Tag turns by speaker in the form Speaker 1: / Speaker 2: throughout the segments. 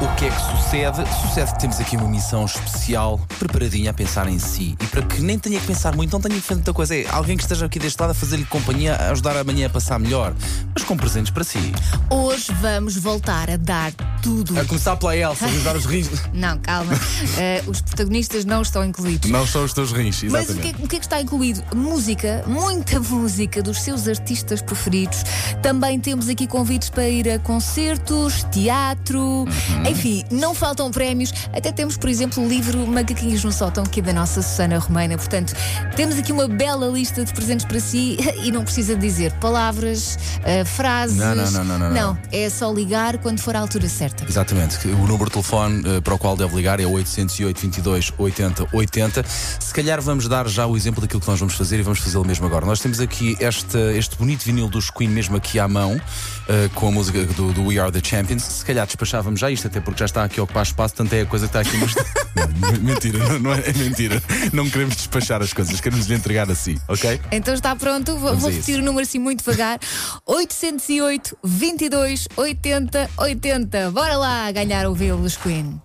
Speaker 1: O que é que sucede? Sucede que temos aqui uma missão especial, preparadinha a pensar em si. E para que nem tenha que pensar muito, não tenha que fazer muita coisa. É alguém que esteja aqui deste lado a fazer-lhe companhia, a ajudar amanhã a passar melhor. Mas com presentes para si.
Speaker 2: Hoje vamos voltar a dar tudo.
Speaker 1: A começar pela Elsa, vamos dar os rins.
Speaker 2: Não, calma. Eh, os protagonistas não estão incluídos.
Speaker 1: Não são os teus rins,
Speaker 2: Mas o que, é, o que é que está incluído? Música, muita música dos seus artistas preferidos. Também temos aqui convites para ir a concertos, teatro.
Speaker 1: Uhum.
Speaker 2: Enfim, não faltam prémios. Até temos, por exemplo, o livro Macaquinhos no Sótão, que é da nossa Susana Romana. Portanto, temos aqui uma bela lista de presentes para si e não precisa dizer palavras, eh, frases.
Speaker 1: Não, não, não, não, não, não.
Speaker 2: Não, é só ligar quando for a altura certa.
Speaker 1: Exatamente. que O número de telefone eh, para o qual deve ligar é 808 22 80 80. Se calhar vamos dar já o exemplo daquilo que nós vamos fazer e vamos fazê-lo mesmo agora. Nós temos aqui este, este bonito vinil dos Queen mesmo aqui à mão, eh, com a música do, do We Are The Champions. Se calhar despachávamos já isto, até porque já está aqui a ocupar espaço, tanto é a coisa que está aqui no... Não, me- mentira, não, não é, é mentira. Não queremos despachar as coisas, queremos lhe entregar a si, ok?
Speaker 2: Então está pronto, vou,
Speaker 1: Vamos
Speaker 2: vou
Speaker 1: a
Speaker 2: repetir
Speaker 1: isso.
Speaker 2: o número assim muito devagar: 808 22 80 80. Bora lá ganhar o vinil dos Queen.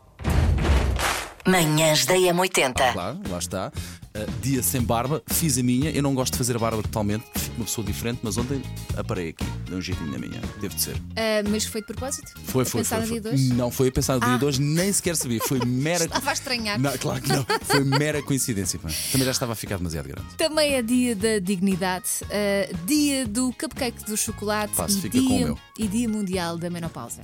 Speaker 3: Manhãs da M80.
Speaker 1: Claro, lá está. Uh, dia sem barba, fiz a minha. Eu não gosto de fazer a barba totalmente, fico uma pessoa diferente, mas ontem aparei aqui, dei um jeitinho na minha, devo de ser.
Speaker 2: Ah, mas foi de propósito?
Speaker 1: Foi, foi,
Speaker 2: Pensar
Speaker 1: foi,
Speaker 2: no
Speaker 1: foi.
Speaker 2: dia
Speaker 1: Hum.
Speaker 2: de hoje?
Speaker 1: Não foi a pensar no dia
Speaker 2: Ah.
Speaker 1: de hoje, nem sequer sabia. Foi mera.
Speaker 2: Estava a estranhar.
Speaker 1: Não, claro que não. Foi mera coincidência. pá. Também já estava a ficar demasiado grande.
Speaker 2: Também é dia da dignidade, ah, dia do cupcake do chocolate
Speaker 1: Pá, se
Speaker 2: e,
Speaker 1: fica com o
Speaker 2: dia,
Speaker 1: meu.
Speaker 2: e dia mundial da menopausa.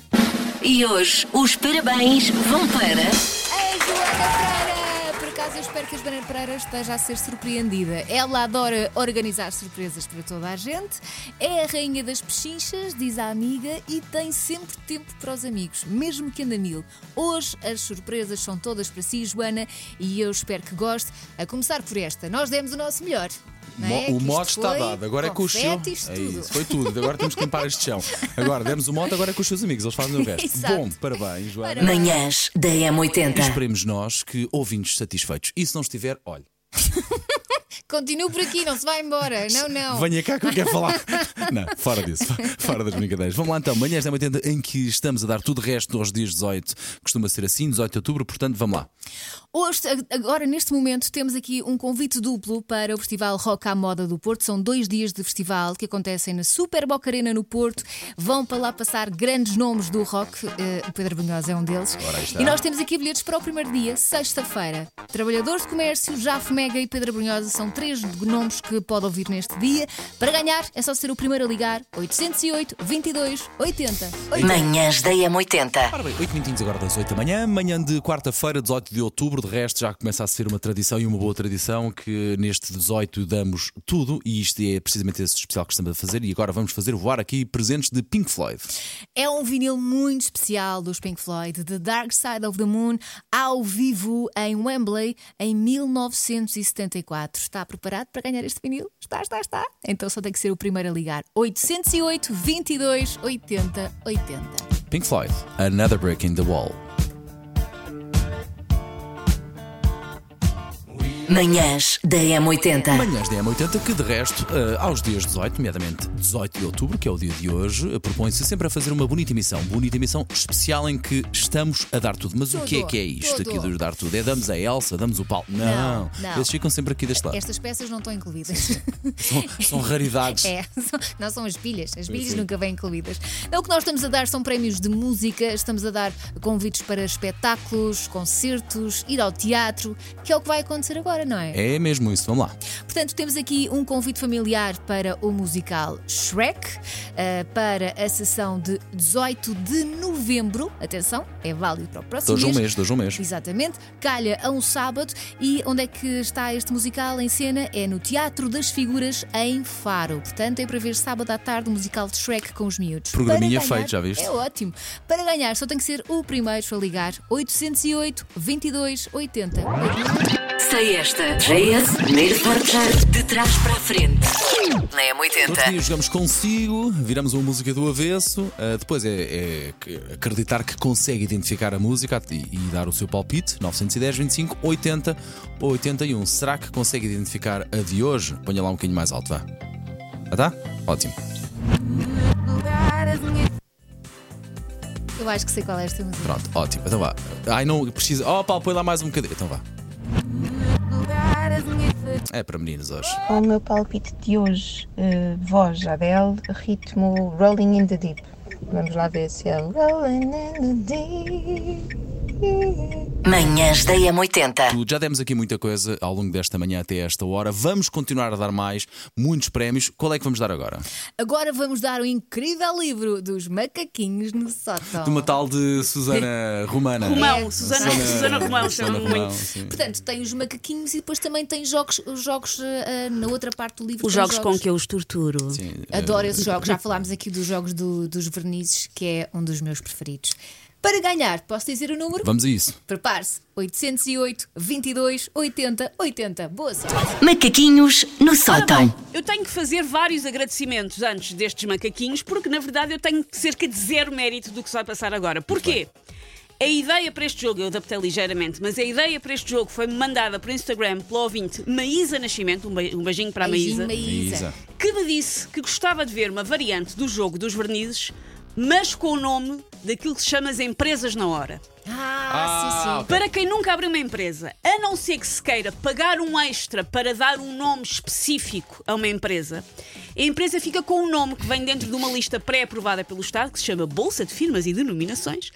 Speaker 3: E hoje os parabéns vão para.
Speaker 2: A Joana Pereira! Por acaso eu espero que a Joana Pereira esteja a ser surpreendida. Ela adora organizar surpresas para toda a gente, é a rainha das pechinchas, diz a amiga, e tem sempre tempo para os amigos, mesmo que anda mil. Hoje as surpresas são todas para si, Joana, e eu espero que goste. A começar por esta, nós demos o nosso melhor. não é? Que
Speaker 1: o
Speaker 2: isto
Speaker 1: mote está
Speaker 2: foi
Speaker 1: dado, agora é com os seus.
Speaker 2: confetes,
Speaker 1: É
Speaker 2: tudo.
Speaker 1: isso, foi tudo. Agora temos que limpar este chão. Agora demos o mote, agora é com os seus amigos, eles fazem o resto.
Speaker 2: Exato.
Speaker 1: Bom, parabéns, Joana.
Speaker 3: Manhãs da M80.
Speaker 1: Esperemos nós que ouvintes satisfeitos. E se não estiver, olha,
Speaker 2: Continua por aqui, não se vai embora. Não, não.
Speaker 1: Venha cá que eu quero falar. Não, fora disso, fora das brincadeiras. Vamos lá então, manhãs da 80 em que estamos a dar tudo o resto aos dias 18. Costuma ser assim, 18 de outubro, portanto vamos lá.
Speaker 2: Hoje, a- agora neste momento, temos aqui um convite duplo para o Festival Rock à Moda do Porto. São dois dias de festival que acontecem na Super Boca Arena no Porto. Vão para lá passar grandes nomes do rock. Eh, o Pedro Brunhosa é um deles.
Speaker 1: está.
Speaker 2: E nós temos aqui bilhetes para o primeiro dia, sexta-feira. Trabalhadores de Comércio, Jafo Mega e Pedro Brunhosa são três nomes que pode ouvir neste dia. Para ganhar, é só ser o primeiro a ligar 808 22 80.
Speaker 3: Manhãs da M80.
Speaker 1: Ora bem, 8 minutinhos agora das 8 da manhã, manhã de quarta-feira, 18 de outubro. De resto, já começa a ser uma tradição e uma boa tradição que neste 18 damos tudo. E isto é precisamente esse especial que estamos a fazer. E agora vamos fazer voar aqui presentes de Pink Floyd.
Speaker 2: É um vinil muito especial dos Pink Floyd, The Dark Side of the Moon, ao vivo em Wembley em 1974. Está preparado para ganhar este vinil? Está, está, está. Então só tem que ser o primeiro a ligar. 808 22 80 80.
Speaker 1: Pink Floyd, Another Break in the Wall.
Speaker 3: Manhãs da M80.
Speaker 1: Manhãs da M80, que de resto, eh, aos dias 18, nomeadamente 18 de outubro, que é o dia de hoje, eh, propõe-se sempre a fazer uma bonita emissão. Bonita emissão especial em que estamos a dar tudo. Mas o
Speaker 2: Tudo,
Speaker 1: que é que é isto
Speaker 2: tudo.
Speaker 1: aqui do dar tudo? É damos a Elsa, damos o Paulo. Não,
Speaker 2: Não, não.
Speaker 1: eles ficam sempre aqui deste lado.
Speaker 2: Estas peças não estão incluídas.
Speaker 1: São, são raridades.
Speaker 2: É, são- não são as pilhas, as pilhas nunca vêm incluídas. Não, o que nós estamos a dar são prémios de música, estamos a dar convites para espetáculos, concertos, ir ao teatro, que é o que vai acontecer agora, não é?
Speaker 1: É mesmo isso, vamos lá.
Speaker 2: Portanto, temos aqui um convite familiar para o musical Shrek, eh, para a sessão de 18 de novembro. Atenção, é válido para o próximo
Speaker 1: Dois a um mês, dois a um mês.
Speaker 2: Exatamente, calha a um sábado. E onde é que está este musical em cena? É no Teatro das Figuras, em Faro. Portanto, é para ver sábado à tarde o musical de Shrek com os miúdos.
Speaker 1: Programinha
Speaker 2: Para ganhar-
Speaker 1: feito, já viste?
Speaker 2: É ótimo. Para ganhar, só tem que ser o primeiro a ligar 808 22 80.
Speaker 3: Sei esta. JS, primeiro portar de trás para a frente. Na
Speaker 1: Outro dia
Speaker 3: M80.
Speaker 1: jogamos consigo, viramos uma música do avesso, ah, depois é, é que- acreditar que consegue identificar a música e, e dar o seu palpite, 910, 25, 80 ou 81. Será que consegue identificar a de hoje? Ponha lá um bocadinho mais um alto, vá. Já está? Ótimo.
Speaker 2: Eu acho que sei qual é esta música.
Speaker 1: Pronto, ótimo. Então vá. Ai, não precisa. Oh, pá, põe lá mais um bocadinho. Então vá. É para meninos hoje.
Speaker 4: O meu palpite de hoje, eh, voz Adele, ritmo Rolling in the Deep. Vamos lá ver se é Rolling in the Deep.
Speaker 3: Manhãs da M80.
Speaker 1: Tu- Já demos aqui muita coisa ao longo desta manhã até esta hora. Vamos continuar a dar mais, muitos prémios. Qual é que vamos dar agora?
Speaker 2: Agora vamos dar o incrível livro dos macaquinhos no sótão.
Speaker 1: De uma tal de Susana Romana.
Speaker 2: É.
Speaker 5: Romão, Susana,
Speaker 2: Susana-
Speaker 5: Susana Romão,
Speaker 1: Susana
Speaker 5: chama-me
Speaker 1: Romão,
Speaker 5: muito.
Speaker 1: sim.
Speaker 2: Portanto, tem os macaquinhos e depois também tem jogos, os jogos eh, eh, na outra parte do livro.
Speaker 5: Os
Speaker 2: tem
Speaker 5: jogos com que eu os torturo.
Speaker 2: Adoro esses jogos. Já falámos aqui dos jogos do- dos vernizes, que é um dos meus preferidos. Para ganhar, posso dizer o número?
Speaker 1: Vamos a isso.
Speaker 2: Prepare-se: 808, 22, 80, 80. Boa sorte.
Speaker 3: Macaquinhos no sótão.
Speaker 5: Eu tenho que fazer vários agradecimentos antes destes macaquinhos, porque na verdade eu tenho cerca de zero mérito do que se vai passar agora. Porquê? A ideia para este jogo, eu adaptei ligeiramente, mas a ideia para este jogo foi mandada por Instagram pela ouvinte Maísa Nascimento, um be- um beijinho para a
Speaker 2: Beijinho,
Speaker 5: Maísa,
Speaker 2: Maísa.
Speaker 1: Isa.
Speaker 5: que me disse que gostava de ver uma variante do jogo dos vernizes, mas com o nome daquilo que se chama as empresas na hora.
Speaker 2: Ah,
Speaker 1: Ah,
Speaker 2: sim, sim.
Speaker 5: Para quem nunca abriu uma empresa, a não ser que se queira pagar um extra para dar um nome específico a uma empresa, a empresa fica com um nome que vem dentro de uma lista pré-aprovada pelo Estado, que se chama Bolsa de Firmas e Denominações,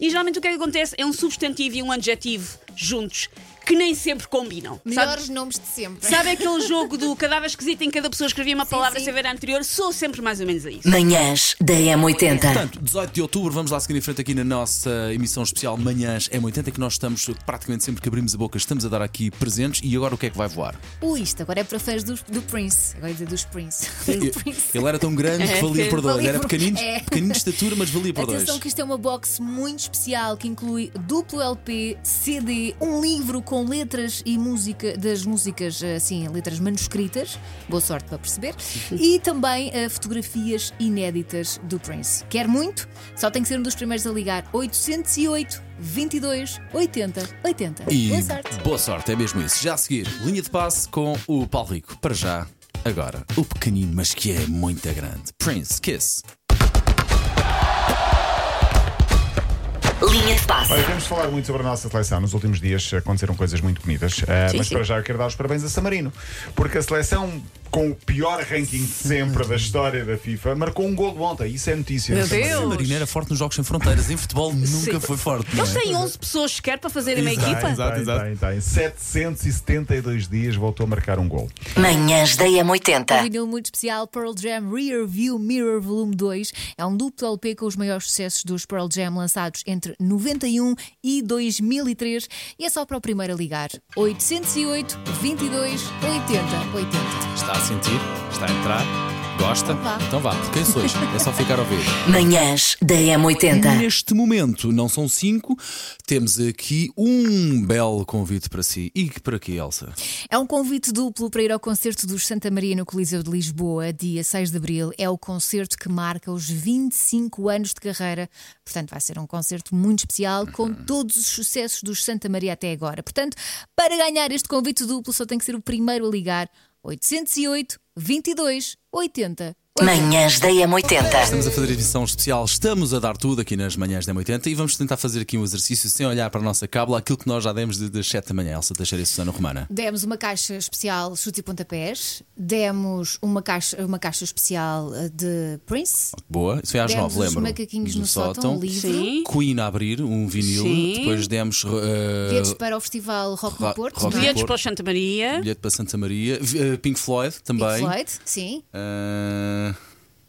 Speaker 5: e geralmente o que é que acontece é um substantivo e um adjetivo juntos que nem sempre combinam.
Speaker 2: Melhores
Speaker 5: Sabe,
Speaker 2: nomes de sempre.
Speaker 5: sabe aquele jogo do cadáver esquisito em que cada pessoa escrevia uma palavra
Speaker 2: sim.
Speaker 5: sem ver a anterior? Sou sempre mais ou menos a isso.
Speaker 3: Manhãs da M80.
Speaker 1: Portanto, 18 de outubro, vamos lá seguir em frente aqui na nossa emissão especial Manhãs M80, que nós estamos praticamente sempre que abrimos a boca, estamos a dar aqui presentes. E agora o que é que vai voar?
Speaker 2: Ui, isto agora é para fãs do, do Prince. Agora ia dizer dos Prince.
Speaker 1: Ele-
Speaker 2: Do Prince.
Speaker 1: Ele era tão grande que valia por dois.
Speaker 2: Valia
Speaker 1: Era
Speaker 2: por-
Speaker 1: pequenino,
Speaker 2: é.
Speaker 1: pequenino de estatura, mas valia por dois.
Speaker 2: Atenção que isto é uma box muito especial que inclui duplo LP, CD, um livro com letras e música das músicas assim, letras manuscritas. Boa sorte para perceber. E também eh, fotografias inéditas do Prince. Quer muito? Só tem que ser um dos primeiros a ligar 808 22 80 80.
Speaker 1: E
Speaker 2: Boa sorte.
Speaker 1: boa sorte, é mesmo isso. Já a seguir, linha de passe com o Paulo Rico. Para já, agora, o pequenino, mas que é muito grande. Prince Kiss.
Speaker 3: Linha de passe.
Speaker 6: Olha, temos falado muito sobre a nossa seleção. Nos últimos dias aconteceram coisas muito bonitas. Ah, mas
Speaker 5: sim.
Speaker 6: para já eu quero dar os parabéns a Samarino, porque a seleção com o pior ranking de sempre da história da FIFA marcou um gol ontem. Isso é notícia.
Speaker 5: Meu
Speaker 6: no Samarino.
Speaker 5: Deus.
Speaker 1: O Marino era forte nos Jogos Sem Fronteiras. Em futebol nunca
Speaker 5: Sim.
Speaker 1: foi forte. não é?
Speaker 5: Eles têm 11 pessoas sequer para fazerem uma
Speaker 6: Tem,
Speaker 5: equipa?
Speaker 6: tem, tem, tem. 772 dias voltou a marcar um gol.
Speaker 3: Manhãs da
Speaker 2: Um
Speaker 3: M80.
Speaker 2: vinil muito especial Pearl Jam Rear View Mirror Volume 2 é um duplo LP com os maiores sucessos dos Pearl Jam lançados entre 91 e 2003 e é só para o primeiro a ligar 808 22 80 80
Speaker 1: Está a sentir, está a entrar, gosta.
Speaker 2: Vá.
Speaker 1: Então vá, quem sois? É só ficar a ouvir.
Speaker 3: Manhãs da
Speaker 2: Tá.
Speaker 3: M80.
Speaker 1: Neste momento, não são cinco, temos aqui um belo convite para si. E que para quê, Elsa?
Speaker 2: É um convite duplo para ir ao concerto dos Santa Maria no Coliseu de Lisboa, dia 6 de Abril. É o concerto que marca os 25 anos de carreira. Portanto, vai ser um concerto muito especial com
Speaker 1: Uhum.
Speaker 2: todos os sucessos dos Santa Maria até agora. Portanto, para ganhar este convite duplo, só tem que ser o primeiro a ligar 808 22 80.
Speaker 3: Manhãs da M80.
Speaker 1: Estamos a fazer edição especial, estamos a dar tudo aqui nas manhãs da M80 e vamos tentar fazer aqui um exercício sem olhar para a nossa cábula, aquilo que nós já demos de- das 7 da manhã, Elsa Teixeira e Susana Romana.
Speaker 2: Demos uma caixa especial chute e pontapés, demos uma caixa, uma caixa especial eh, de Prince,
Speaker 1: Boa, isso foi às 9,
Speaker 2: demos os
Speaker 1: lembro.
Speaker 2: macaquinhos no, sótão, um livro.
Speaker 5: Sim.
Speaker 1: Queen a abrir um vinil,
Speaker 5: Sim.
Speaker 1: depois demos uh,
Speaker 2: Bilhetes para o Festival Rock
Speaker 1: Ro-
Speaker 2: no Porto,
Speaker 1: Rock
Speaker 2: não é?
Speaker 1: no
Speaker 5: Bilhetes para o Santa Maria.
Speaker 1: bilhete para Santa Maria, vi- uh, Pink Floyd também.
Speaker 2: Pink Floyd, sim.
Speaker 1: Uh,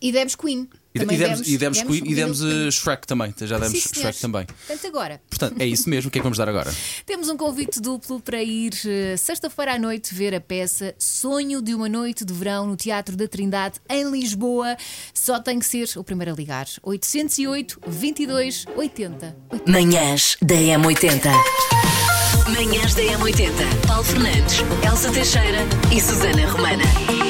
Speaker 2: E demos Queen.
Speaker 1: e,
Speaker 2: Também
Speaker 1: e demos, e demos, Queen-
Speaker 2: um
Speaker 1: e demos,
Speaker 2: vinil de
Speaker 1: uh, Shrek também, já
Speaker 2: Queen.
Speaker 1: demos
Speaker 2: Sim, senhores.
Speaker 1: Shrek também.
Speaker 2: Portanto, agora
Speaker 1: Portanto, é isso mesmo, o que é que vamos dar agora?
Speaker 2: temos um convite duplo para ir eh, sexta-feira à noite ver a peça Sonho de uma Noite de Verão no Teatro da Trindade, em Lisboa. Só tem que ser o primeiro a ligar. 808 22 80.
Speaker 3: Manhãs da M80. Manhãs da M80. Paulo Fernandes, Elsa Teixeira e Susana Romana.